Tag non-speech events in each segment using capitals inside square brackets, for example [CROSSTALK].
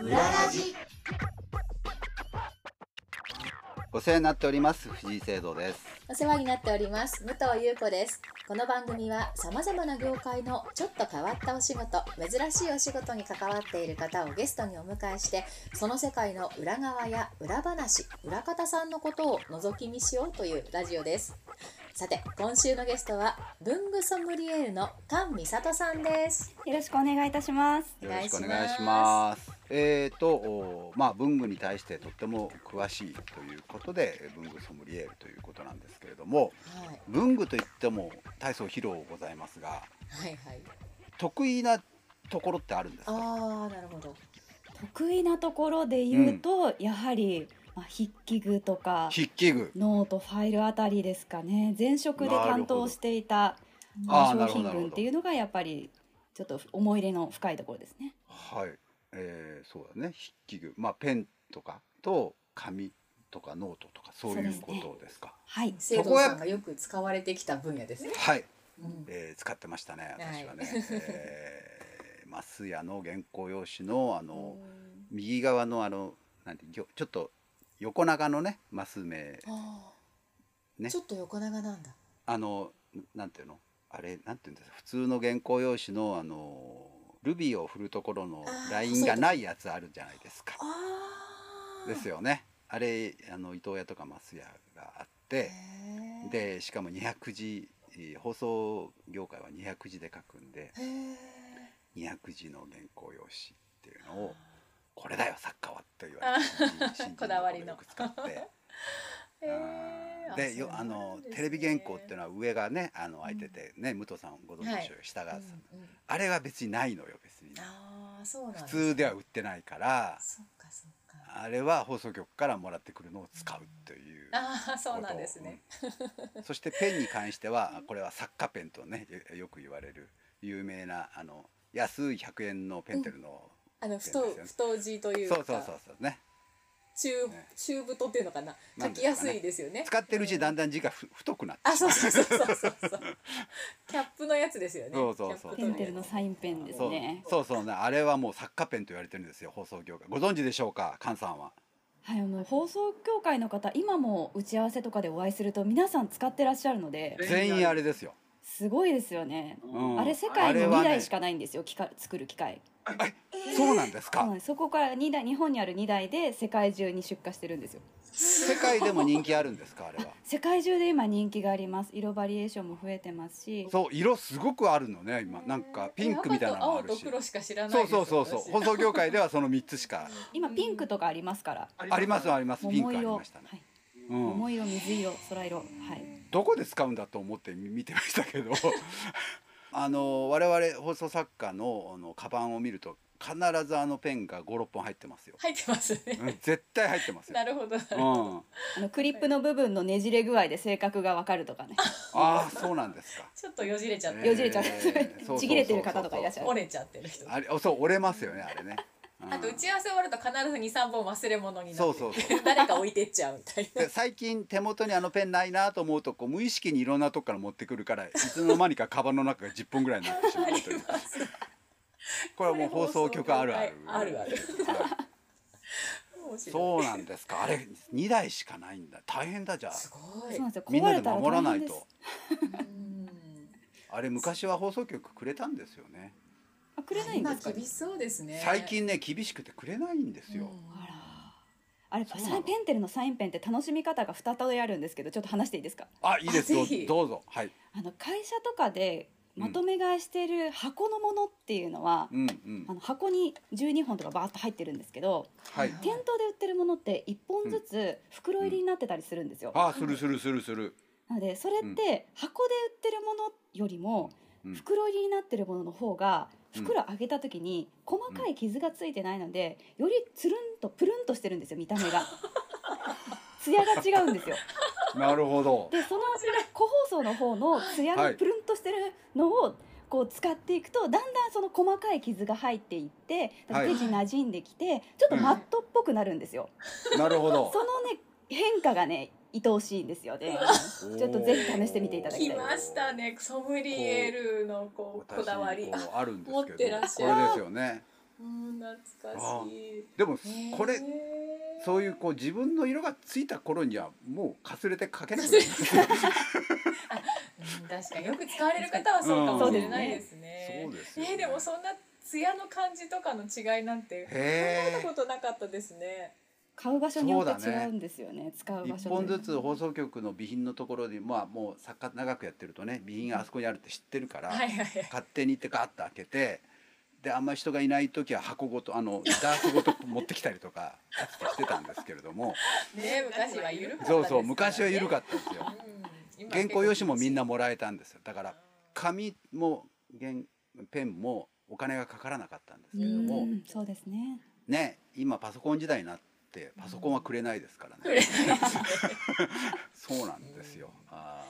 裏ラジお世話になっております藤井聖堂ですお世話になっております武藤優子ですこの番組はさまざまな業界のちょっと変わったお仕事珍しいお仕事に関わっている方をゲストにお迎えしてその世界の裏側や裏話裏方さんのことを覗き見しようというラジオですさて今週のゲストは文具ソムリエールの菅美里さんですよろしくお願いいたします。よろしくお願いします。えーとおまあ文具に対してとっても詳しいということでえー文具ソムリエールということなんですけれどもはい文具といっても大層披露ございますがはいはい得意なところってあるんですかああなるほど得意なところで言うと、やはり、まあ、筆記具とか筆記具ノートファイルあたりですかね前職で担当していたあーな商るほど品群っていうのがやっぱりちょっと思い入れの深いところですね。はい、えー、そうだね筆記具まあペンとかと紙とかノートとかそういうことですかはい、生徒さんがよく使われてきた分野ですね、はい、うん、えー使ってましたねはい私はね、えー、マスヤの原稿用紙のあの、右側のあのなんてぎょちょっと横長のねマス目あーねちょっと横長なんだあのなんていうのあれなんていうんですか普通の原稿用紙のあのルビーを振るところのあーラインがないやつあるじゃないですかああですよねあれあの伊藤屋とか増屋があってへーでしかも200字えー放送業界は200字で書くんでへー200字の原稿用紙っていうのをこれだよ作家はって言われて [LAUGHS] こだわりのよく使って。 [LAUGHS] へうーんでそうよなあんのですねテレビ原稿っていうのは上がねあの開いててね、武藤さんご存知でしょうよ下が、うんうんあれは別にないのよ別にああそうなん普だ通では売ってないからそっかそっかあれは放送局からもらってくるのを使うというああことそうなんですね、うんそしてペンに関してはこれは作家ペンとねよよく言われる有名なあの安い100円のペンテルの、あの太太字というかそうそうそうそうね中ね中太っていうのかなな書んですかねきやすいですよね使ってるうちにだんだん字がふ太くなってあそうそうそうそうそうそうキャップのやつですよねそうそうそうキペャップンとテねルのサインペンですそうね。そうそうねあれはもう作家ペンと言われてるんですよ放送業界ご存知でしょうか菅さんははい、あの放送協会の方今も打ち合わせとかでお会いすると皆さん使ってらっしゃるので全員あれですよ、すごいですよね。うんあれ世界あにれ2はね台しかないんですよ、機械作る機械そうなんですか、うん、そこから2台日本にある2台で世界中に出荷してるんですよ世界でも人気あるんですかあれは世界中で今人気があります色バリエーションも増えてますしそう色すごくあるのね今なんかピンクみたいなのもあ赤とる青しと黒しか知らないそうですそうそうそう私放送業界ではその3つしか今ピンクとかありますから [LAUGHS] ありますありますピン桃クあり色、ましたね、はい、うん、桃色水色空色はいどこで使うんだと思って見てましたけど [LAUGHS] あの我々放送作家のあのカバンを見ると必ずあのペンが56本入ってますよ、入ってますね、うん絶対入ってますよ [LAUGHS] な、るほどなるほうどん、[LAUGHS] あのクリップの部分のねじれ具合で性格がわかるとかねああそうなんですか。ちょっとよじれちゃって、よじれちゃうえーそうそうそうそうちぎれてる方とかいらっしゃる折れちゃってる人あれ、そう折れますよねあれね。うんあと打ち合わせ終わると必ず二三本忘れ物になってそうそうそう。 [LAUGHS] 誰か置いてっちゃうみたいなで最近手元にあのペンないなと思うとこう無意識にいろんなとこから持ってくるからいつの間にかカバンの中が10本ぐらいになってしまう [LAUGHS] というこれはもう放送局あるあるあるあはいる面白いそうなんですかあれ2台しかないんだ大変だじゃあすごそういなんですよみんな壊でれた守らら大な変いですとうんあれ昔は放送局くれたんですよねあくれないんで今すか、厳しそうですね最近ね厳しくてくれないんですようんあらあれそサうなのインペンテルのサインペンって楽しみ方が2通りあるんですけどちょっと話していいですかあいいですあどぜうひどうぞはいあの会社とかでまとめ買いしてる箱のものっていうのは、うんうんあの箱に12本とかバーッと入ってるんですけどはい店頭で売ってるものって1本ずつ袋入りになってたりするんですよ、あするするするするなのでそれって箱で売ってるものよりもうん袋入りになってるものの方がうん袋開けた時に細かい傷がついてないのでよりつるんとプルンとしてるんですよ見た目 [LAUGHS] が艶が違うんですよなるほどでその個包装の方の艶はのいプルンとしてるのをこう使っていくとだんだんその細かい傷が入っていってはい手に馴染んできてちょっとマットっぽくなるんですよ、なるほ [LAUGHS] どそのね変化がね愛おしいんですよねちょっとぜひ試してみていただき来たいましたねソムリエールのこうこだわり私あこうあるんですけど持ってらっしこゃるれですよねうんか懐かしいでもこれへーそういうこう自分の色がついた頃にはもうかすれて書けなくなるうん確かによく使われる方はそうかもしれないですね。そうですよえーでもそんな艶の感じとかの違いなんて考へえーたことなかったですね。買う場所によってそうだね違うんですよね使う場一所本ずつ放送局の備品のところにまあもう作家長くやってるとね備品があそこにあるって知ってるから、はいはいはい。勝手に行ってガッと開けてであんまり人がいない時は箱ごとあのダースごと持ってきたりとかかつてしてたんですけれどもね昔は緩かったですからね。そうそう昔は緩かったんですよ。うん。原稿用紙もみんなももらえたんですよだから紙も原ペンもお金がかからなかったんですけれどうもんそうですねね今パソコン時代になってパソコンはくれないですからくれねないですね。そうなんですよあ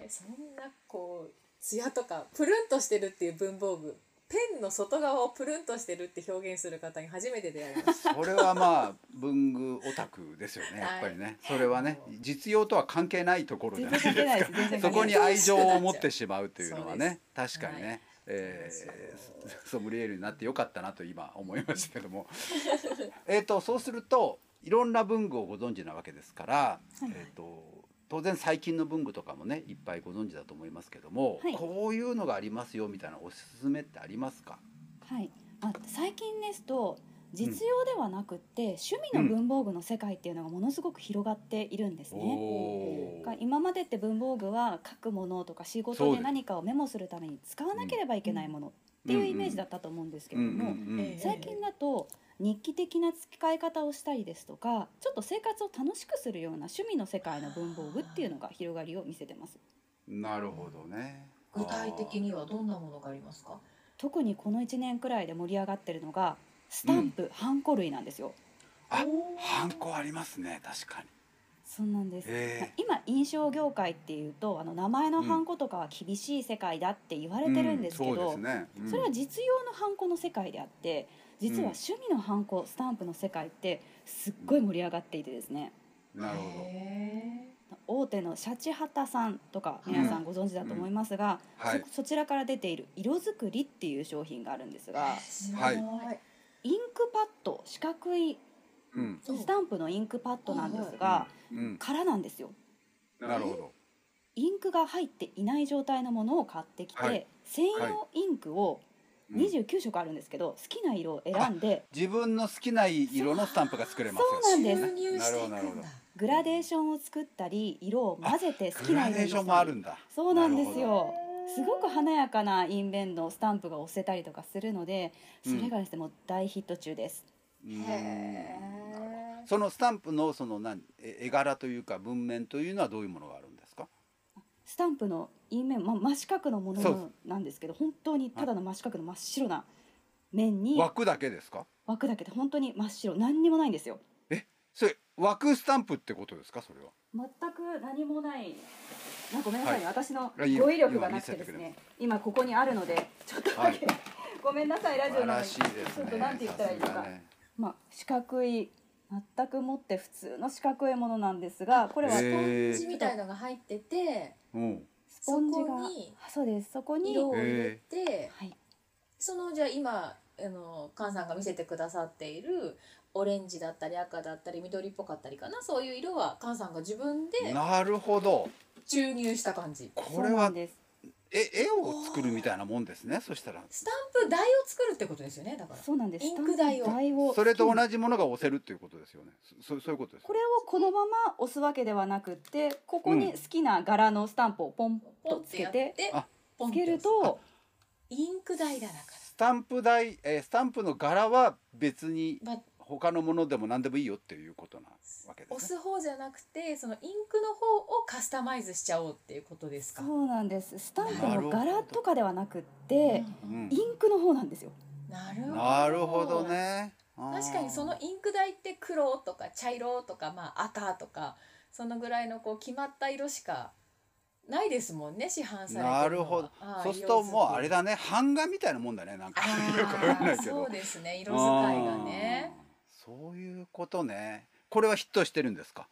へーそんなこう艶とかプルンとしてるっていう文房具。ペンの外側をプルンとしてるって表現する方に初めて出会いましーそれはまあ文具オタクですよねやっぱりねそれはね実用とは関係ないところじゃな全然い関係ないです全然そ関係こないにです愛情を持ってしまうというのはね確うかにね、はえーソムリエールになってよかったなと今思いましたけど [LAUGHS] もえーとそうするといろんな文具をご存知なわけですから、はいえー、と当然最近の文具とかもねいっぱいご存知だと思いますけども、はいこういうのがありますよみたいなおすすめってありますかはいあ最近ですと実用ではなくって、趣味の文房具の世界っていうのがものすごく広がっているんですね。おがー今までって文房具は書くものとか仕そう事でです何かをメモするために使わなければいけないものっていうイメージだったと思うんですけうれんどうんうもんええ最近だと日記的な使い方をしたりですとかちょっと生活を楽しくするような趣味の世界の文房具っていうのが広がりを見せてます。なるほどね具体的にはどんなものがありますか。特にこの1年くらいで盛り上がってるのがスタンプ、ハンコ類なんですよ。あーあハンコありますね確かにそうなんです、へ今印象業界っていうとあの名前のハンコとかは厳しい世界だって言われてるんですけど、うんそうですね、うんそれは実用のハンコの世界であってう実はん趣味のハンコスタンプの世界ってすっごい盛り上がっていてですねなるほどへ大手のシャチハタさんとか皆さんご存知だと思いますが、うんはいそそちらから出ている色作りっていう商品があるんですがーすごはいい。インクパッド四角いうんスタンプのインクパッドなんですうんが、うん、空なんですよ。なるほど。インクが入っていない状態のものを買ってきて、はい専用インクをうん29色あるんですけど、好きな色を選んで自分の好きな色のスタンプが作れますよ。そうなんです注入していくなるほどんなるだ。グラデーションを作ったり色を混ぜて好きグなラ色デーにシしたョりンもあるんだ。そうなんですなるほよすごく華やかなインベンのスタンプが押せたりとかするのでそれがですね、もう大ヒット中ですうた。んへーそのスタンプのその何え絵柄というか文面というのはどういうものがあるんですか。スタンプのインベン、ま、真四角のもそうのなんですけど本当にただの真四角の真っ白な面に枠だけですか。枠だけで本当に真っ白何にもないんですよそれ枠スタンプってことですかそれは。全く何もない。なんかごめんなさいね、私のいいよ語彙力がなくてです今見ね。今ここにあるので、ちょっとだけ、ごめんなさいラ素ジオ晴なのらに、しいですちょね。っとなんて言ったらいいのさか。すがねまあ四角い全く持って普通の四角いものなんですが、これはへえスポンジみたいのが入っててうん。スポンジがそこにあそうです。そこに色をは入れていそのじゃあ今あの菅さんが見せてくださっているオレンジだったり赤だったり緑っぽかったりかなそういう色は菅さんが自分でなるほど。注入した感じこそうれなはんです。え絵を作るみたいなもんですね。そしたら。スタンプ台を作るってことですよねだからそうなんです。インク台をスタンプ台をそれと好きに同じものが押せるということですよね。そそそういうことです。これをこのまま押すわけではなくって、ここに好きな柄のスタンプをポンポとンっつてけやってて、あポンっつてけ押るすと。インク台だだかスタンプ台、えースタンプの柄は別にら、まあ他のものでも何でもいいよっていうことなわけで押すね。す方じゃなくてそのインクの方をカスタマイズしちゃおうっていうことですかそうなんです。スタンプなるほのど柄とかではなくって、うんインクの方なんですよ。なるほどなるほどね。確かにそのインク台って黒とか茶色とか、まあ、赤とかそのぐらいのこう決まった色しかないですもんね市販されてのはなるほどああそうするともうあれだね版画みたいなもんだねなんかよ [LAUGHS] くわかんないけああどそう。ですね色使いがねあー。そういうことね。これはヒットしてるんですか。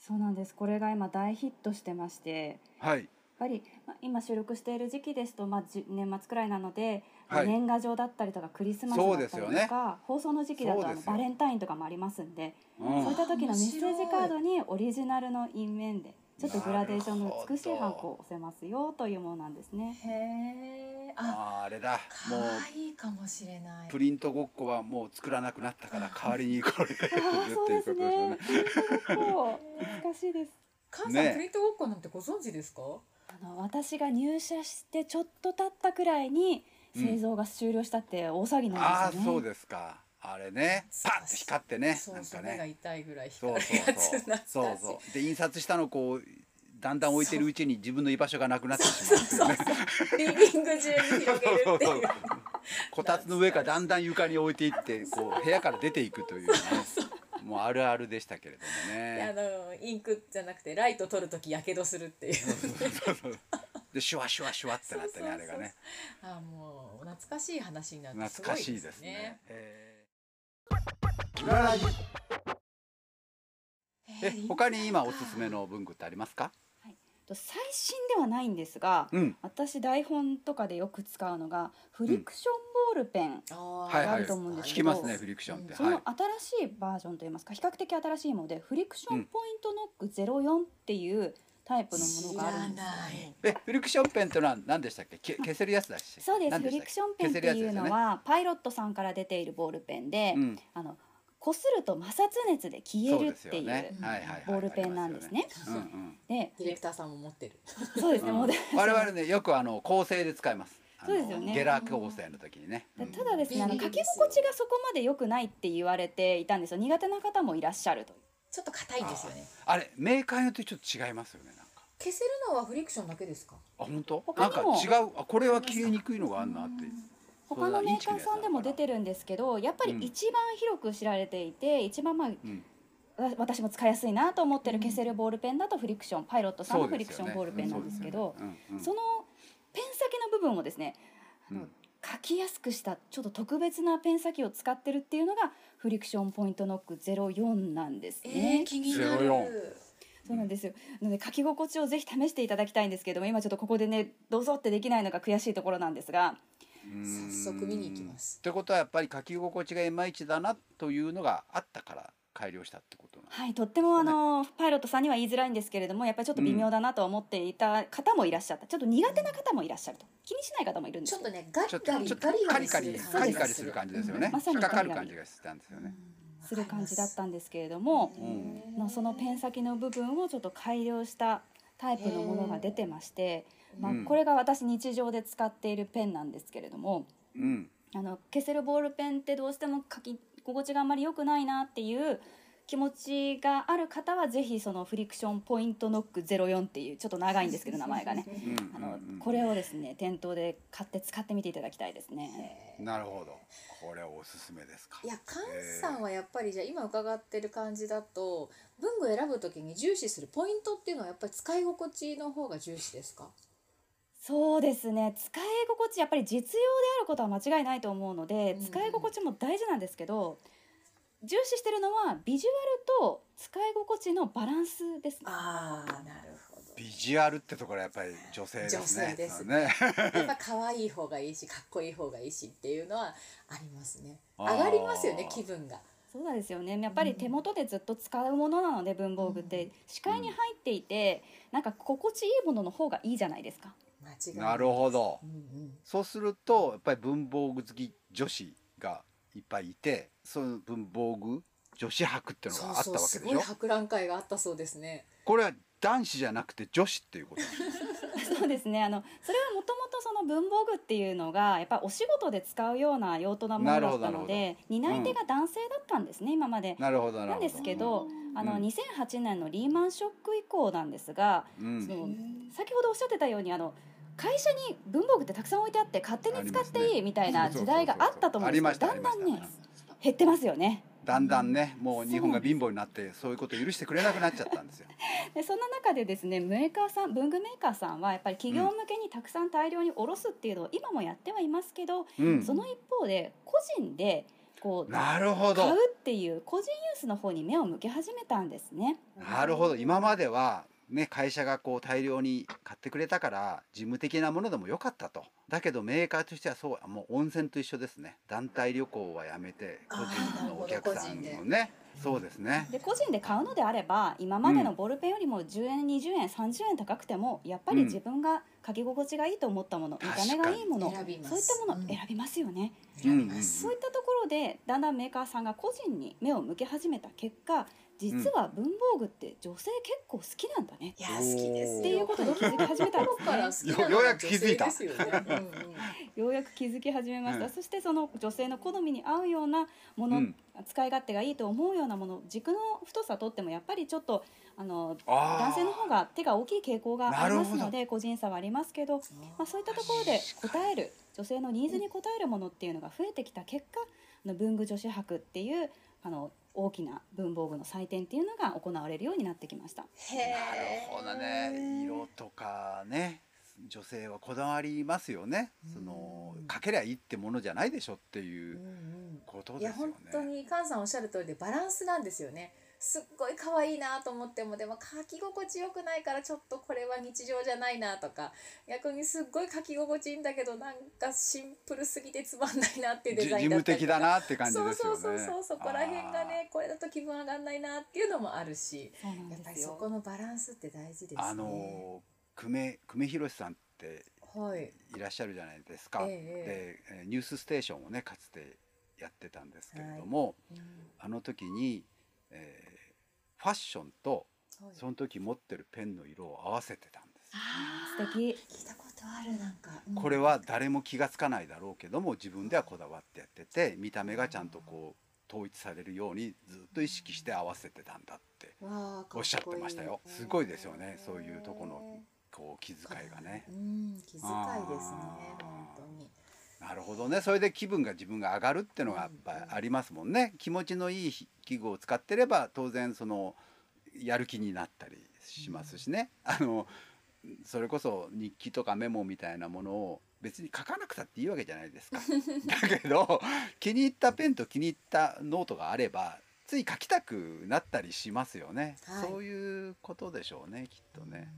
そうなんです。これが今大ヒットしてまして、はい。やっぱりまあ今収録している時期ですと、まあ、じゅ年末くらいなので、はい年賀状だったりとかクリスマスだったりとそうか、ですよね放送の時期だとそうあでのすよバレンタインとかもありますんでうんそういった時のメッセージカードににオリジナルの印面でちょっとグラデーションの美しいハンコを押せますよというものなんですね。へえああーあれだ可もう愛いかもしれないプリントごっこはもう作らなくなったから代わりにこれああそうですね。 [LAUGHS] こう懐かしいです。母さんねプリントごっこなんてご存知ですかあの私が入社してちょっと経ったくらいにうん製造が終了したって大騒ぎなあんあですよね。そうですかあれねパッて光ってねそうなんそかう目がね痛いぐらいそう光るそう [LAUGHS] やつ懐かしいそうそうそうで印刷したのをこうだんだん置いてるうちに自分の居場所がなくなってしまうっていうねリビング中に広げるっていうこたつの上からだんだん床に置いていってこう部屋から出ていくというねもうあるあるでしたけれどもであねのインクじゃなくてライト取るときやけどするっていうでシュワシュワシュワってなってねあれがねあもう懐かしい話になってす懐ごかいしいでですすねね。えーえ他に今おすすめの文具ってありますか？と最新ではないんですが、うん。私台本とかでよく使うのがフリクションボールペン、はいあはい。ると思うん聞ですきけどますねフリクションって。そはいの。新しいバージョンといいますか比較的新しいものでフリクションポイントノック04っていうタイプのものがあるんですよ知らないえフリクションペンってのは何でしたっけ？け消せるやつだし。そうです何フしリたっクけションペンっていう消のせるやは、パイロットさんから出ているボールペンつでで、すよね。あの擦ると摩擦熱で消うん。そえうるっですていようね。はいはいはい。ボールペンなんですね。ありますよね。うんうん。でディレクターさんも持ってるそうですね、うんモデル我々ねよくあの構成で使います。あのそうですよねゲラ構成の時にね。でうんただですねあの便利書できすよ心地がそこまで良くないって言われていたんですよ苦手な方もいらっしゃるというちょっと硬いんですよねあれメーカーによってちょっと違いますよねなんか。消せるのはフリクションだけですかあ本当？他なんにかも違うあこれは消えにくいのがあんなって。他のメーカーさんでも出てる。るんですけどやっぱりうん一番広く知られていて、一番まあうんわ私も使いやすいなと思ってる消せるボールペンだとフリクションパイロットさんのフリクションボールペンなんですけど、そのペン先の部分をですねうんうん書きやすくしたちょっと特別なペン先を使ってるっていうのがフリクションポイントノック04なんですね。気になる04そうなんですよなので書き心地をぜひ試していただきたいんですけども今ちょっとここでねどうぞってできないのが悔しいところなんですがうん早速見に行きますってことはやっぱり書き心地がいまいちだなというのがあったから改良したってことなんですはいとってもあのパイロットさんには言いづらいんですけれどもやっぱりちょっと微妙だなと思っていた方もいらっしゃったちょっと苦手な方もいらっしゃると気にしない方もいるんですちけょっどとねガリちょっとガリちょっとガリカリカリするカリカリする感じですよね。まさに引っかかるカ感リカリじがしたんですようね。んする感じだったんですけれども、うんのそのペン先の部分をちょっと改良したタイプのものが出てまして、まあうん、これが私日常で使っているペンなんですけれどもうん。あの消せるボールペンってどうしても書き心地があんまり良くないなっていう気持ちがある方はぜひそのフリクションポイントノック04っていうちょっと長いんで [LAUGHS] すけど名前がねうんあうのんうんこれをですね店頭で買って使ってみていただきたいですね。なるほど。これおすすめですかい。や菅さんはやっぱりじゃあ今伺ってる感じだと文具選ぶときに重視するポイントっていうのはやっぱり使い心地の方が重視ですかそうですね使い心地やっぱり実用であることは間違いないと思うので、うん使い心地も大事なんですけど重視してるのはビジュアルと使い心地のバランスですねああなるほどビジュアルってところはやっぱり女性ですね。女性ですそうね。 [LAUGHS] やっぱ可愛い方がいいしかっこいい方がいいしっていうのはありますねあー上がりますよね気分がそうなんですよねやっぱり手元でずっと使うものなので文房具って、視界に入っていてなんか心地いいものの方がいいじゃないですか。間違いいなるほどう。んうんそうするとやっぱり文房具好き女子がいっぱいいてその文房具女子博っていうのそがあうったそうわけすでしごいょ博覧会があったそうですねこれは男子じゃなくて女子っていうことなんですね [LAUGHS] そうですねあのそれはもともとその文房具っていうのがやっぱお仕事で使うような用途なものだったのなで担い手が男性だったんですね、今まで。なるほどなるなほんどですけど、あのうん2008年のリーマンショック以降なんですが、うんそうんの先ほどおっしゃってたようにあの会社に文房具ってたくさん置いてあって勝手に使っていいみたいな時代があったと思うんですけどあだりんましだたあんりましねた減ってますよね。だんだんねもう日本が貧乏になってそういうことを許してくれなくなっちゃったんですよでそんな中でですねメーカーさん文具メーカーさんはやっぱり企業向けにたくさん大量に卸すっていうのを今もやってはいますけど、うんその一方で個人でこうなるほ買うどっていう個人ユースの方に目を向け始めたんですね。なるほど今まではね、会社がこう大量に買ってくれたから事務的なものでも良かったとだけどメーカーとしてはそうもう温泉と一緒ですね団体旅行はやめて個人のお客さんのねそうですねで個人で買うのであれば今までのボールペンよりも10円20円30円高くてもやっぱり自分が書き心地がいいと思ったもの、うん見た目がいいものそう確かいにったものを選びますよね、選びまうすんそういったところでだんだんメーカーさんが個人に目を向け始めた結果実は文房具って女性結構好きなんだね、いや好きですっていう [LAUGHS] こ [LAUGHS] とに気づき始めたんで心から好すねきなのはよようやく気づいた女性ですよねう [LAUGHS] んうんようやく気づき始めました、うんそしてその女性の好みに合うようなもの、うん使い勝手がいいと思うようなもの軸の太さとってもやっぱりちょっとあの男男性の方が手が大きい傾向がありますので個人差はありますけど、まあ、そういったところで答える女性のニーズに応えるものっていうのが増えてきた結果あの文具女子博っていうあの大きな文房具の祭典っていうのが行われるようになってきました。へなるほどね色とかね女性はこだわりますよねそのうんかけりゃいいってものじゃないでしょっていーうんううんことでいすよやね。本当に菅さんおっしゃる通りでバランスなんですよねすっごい可愛いなと思ってもでも書き心地よくないからちょっとこれは日常じゃないなとか逆にすっごい書き心地いいんだけどなんかシンプルすぎてつまんないなっていうじデ事ザインだ務ったり的とだかなって感じそうですよそうね。そうそうそこら辺がねこれだと気分上がんないなっていうのもあるしそうなんやっぱでりすそよこのバランスって大事ですね。あー。あのー久米久米宏さんってはい、いらっしゃるじゃないですか。ええでえーニュースステーションをねかつてやってたんですけれども、うんあの時に、えーファッションとはいその時持ってるペンの色を合わせてたんです。素敵聞いたことあるなんか、うんこれは誰も気がつかないだろうけども自分ではこだわってやってて見た目がちゃんとこう統一されるようにずっと意識して合わせてたんだってわあかこいいおっしゃってましたよすごいですよねそういうとこのこう気遣いがねうん気遣いですねあー本当になるほどねそれで気分が自分が上がるってのがやっうんうんぱありますもんね気持ちのいい器具を使ってれば当然そのやる気になったりしますしね、あのそれこそ日記とかメモみたいなものを別に書かなくたっていいわけじゃない [LAUGHS] ですかだけど気に入ったペンと気に入ったノートがあればつい書きたくなったりしますよね、はいそういうことでしょうねきっとね。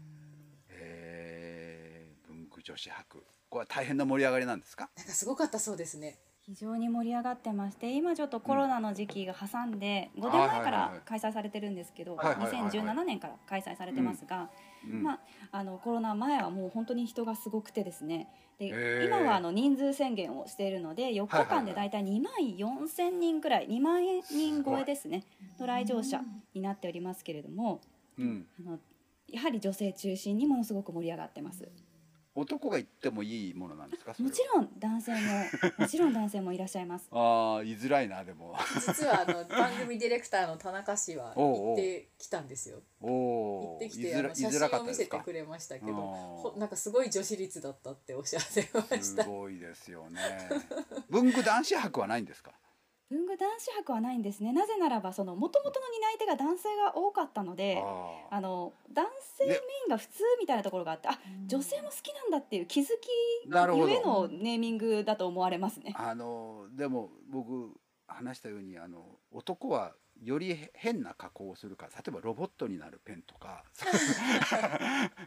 えー文具女子博これは大変な盛り上がりなんですかなんかすごかったそうですね非常に盛り上がってまして今ちょっとコロナの時期が挟んで5年前から開催されてるんですけどはいはいはいはい2017年から開催されてますが、うんまあ、あのコロナ前はもう本当に人がすごくてですねで、へー今はあの人数宣言をしているので4日間で大体2万4,000人くらい2万人超えですねの来場者になっておりますけれどもうん、あのやはり女性中心にものすごく盛り上がってます。男が行ってもいいものなんですかそれもはちろん男性ももちろん男性もいらっしゃいます。ああ言いづらいなで [LAUGHS] も実はあの番組ディレクターの田中氏はおうおう行ってきたんですよお行っおて言きいてづあらの言写いづら真かっをたで見せすてかくれましたけあどほ [LAUGHS] ーなんかすごい女子率だったっておっしゃってましたすごいですよね文具男子博はないんですか文具男子博はないんですね。なぜならばその元々の担い手が男性が多かったのあで、ーあの男性メインが普通みたいなところがあって、あ女性も好きなんだっていう気づきなるほどゆえのネーミングだと思われますね。あのでも僕話したようにあの男はより変な加工をするから例えばロボットになるペンとか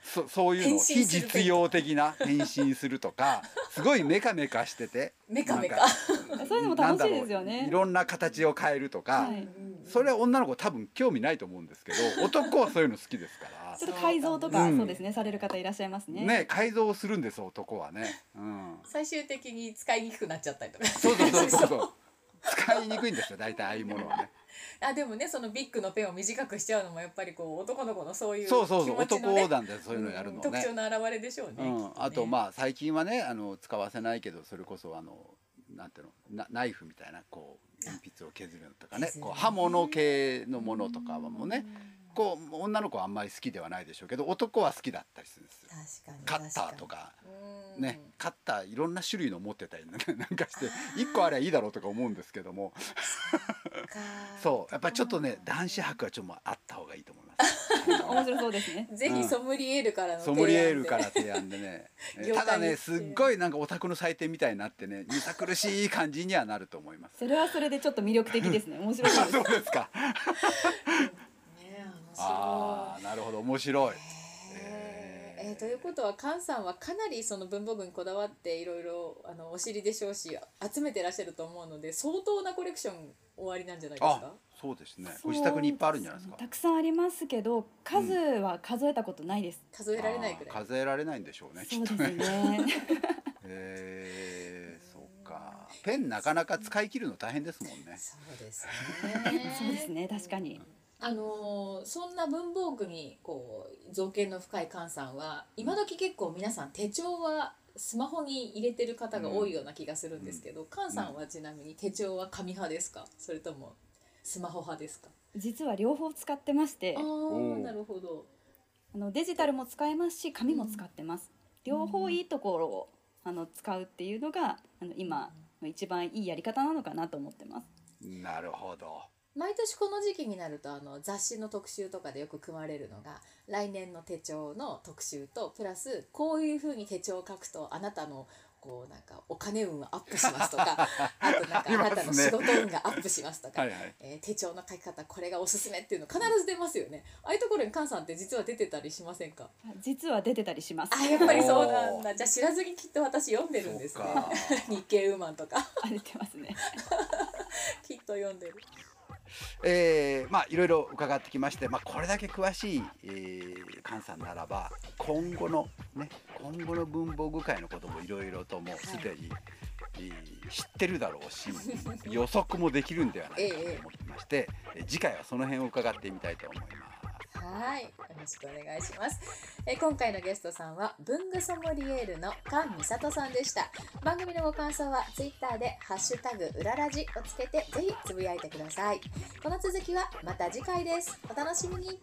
そう [LAUGHS] そそういうのを変身非するペンとか実用的な [LAUGHS] 変身するとかすごいメカメカしててメカメカなんか [LAUGHS] そういうのも楽しいですよねなんだろういろんな形を変えるとか、はい。それは女の子多分興味ないと思うんですけ [LAUGHS] ど男はそういうの好きですからちょっと改造とうかんそうですね、される方いらっしゃいますね。ね改造するんです男はね、うん、最終的に使いにくくなっちゃったりとかそうそうそうそうそう使いにくいんですよ大体ああいうものはね [LAUGHS] あでもねそのビッグのペンを短くしちゃうのもやっぱりこう男の子のそういうそうそうそう気持ちのね男なんだよそういうのやるの特ね徴の表れでしょうね,きっうね、ん、あとまあ最近はねあの使わせないけどそれこそあのなんていうのなナイフみたいなこう鉛筆を削るのとかね削るこう刃物系のものとかはもうねこう女の子はあんまり好きではないでしょうけど男は好きだったりするんですよ確かにカッターとかかうんね、カッターいろんな種類の持ってたりなんか [LAUGHS] なんかして1個あればいいだろうとか思うんですけどもかそうやっぱりちょっとね男子博はちょっともうあった方がいいと思い [LAUGHS] ます。面白そうですね。ぜひソムリエールからのソムリエールでから提案でねえ了解ただねですすっごいなんかオタクの祭典みたいになってね見さ苦しい感じにはなると [LAUGHS] 思います [LAUGHS] それはそれでちょっと魅力的ですね。面白いです。そうですかねあのああなるほど面白い。へーえーということは菅さんはかなりその文房具にこだわっていろいろあのお知りでしょうし集めてらっしゃると思うので相当なコレクション終わりなんじゃないですあかそうですねそごう自宅にいっぱいあるんじゃないですか。たくさんありますけど数は数えたことないです、数えられないくらいあー数えられないんでしょうねきっそうとですねえー、そっかペンなかなか使い切るの大変ですもんねそうですそう [LAUGHS] ですねね確かにあのーそんな文房具にこう造形の深い菅さんは今時結構皆さん手帳はスマホに入れてる方が多いような気がするんですけど、菅さんはちなみに手帳は紙派ですかそれともスマホ派ですか実は両方使ってましてあおあーなるほどあのデジタルも使えますし紙も使ってます、両方いいところをあの使うっていうのがあの今の一番いいやり方なのかなと思ってますなるほど毎年この時期になるとあの雑誌の特集とかでよく組まれるのが来年の手帳の特集とプラスこういうふうに手帳を書くとあなたのこうなんかお金運はアップしますと [LAUGHS] かあとなあんかありますねなたの仕事運がアップしますとか、はいはいえー手帳の書き方これがおすすめっていうの必ず出ますよねああいうところに菅さんって実は出てたりしませんかあ実は出てたりしますあやっぱりそうなんだじゃあ知らずにきっと私読んでるんですねそうか [LAUGHS] 日経ウーマンとかあ [LAUGHS] 出てますねきっと読んでるえー、まあいろいろ伺ってきまして、まあ、これだけ詳しい、えー、菅さんならば今後のね今後の文房具界のこともいろいろともうすでに、えー知ってるだろう [LAUGHS] し予測もできるんではないかと思ってまして、えー次回はその辺を伺ってみたいと思います。はい、よろしくお願いします。えー今回のゲストさんは文具ソムリエールの菅美里さんでした。番組のご感想はツイッターでハッシュタグうららじをつけてぜひつぶやいてください。この続きはまた次回です。お楽しみに。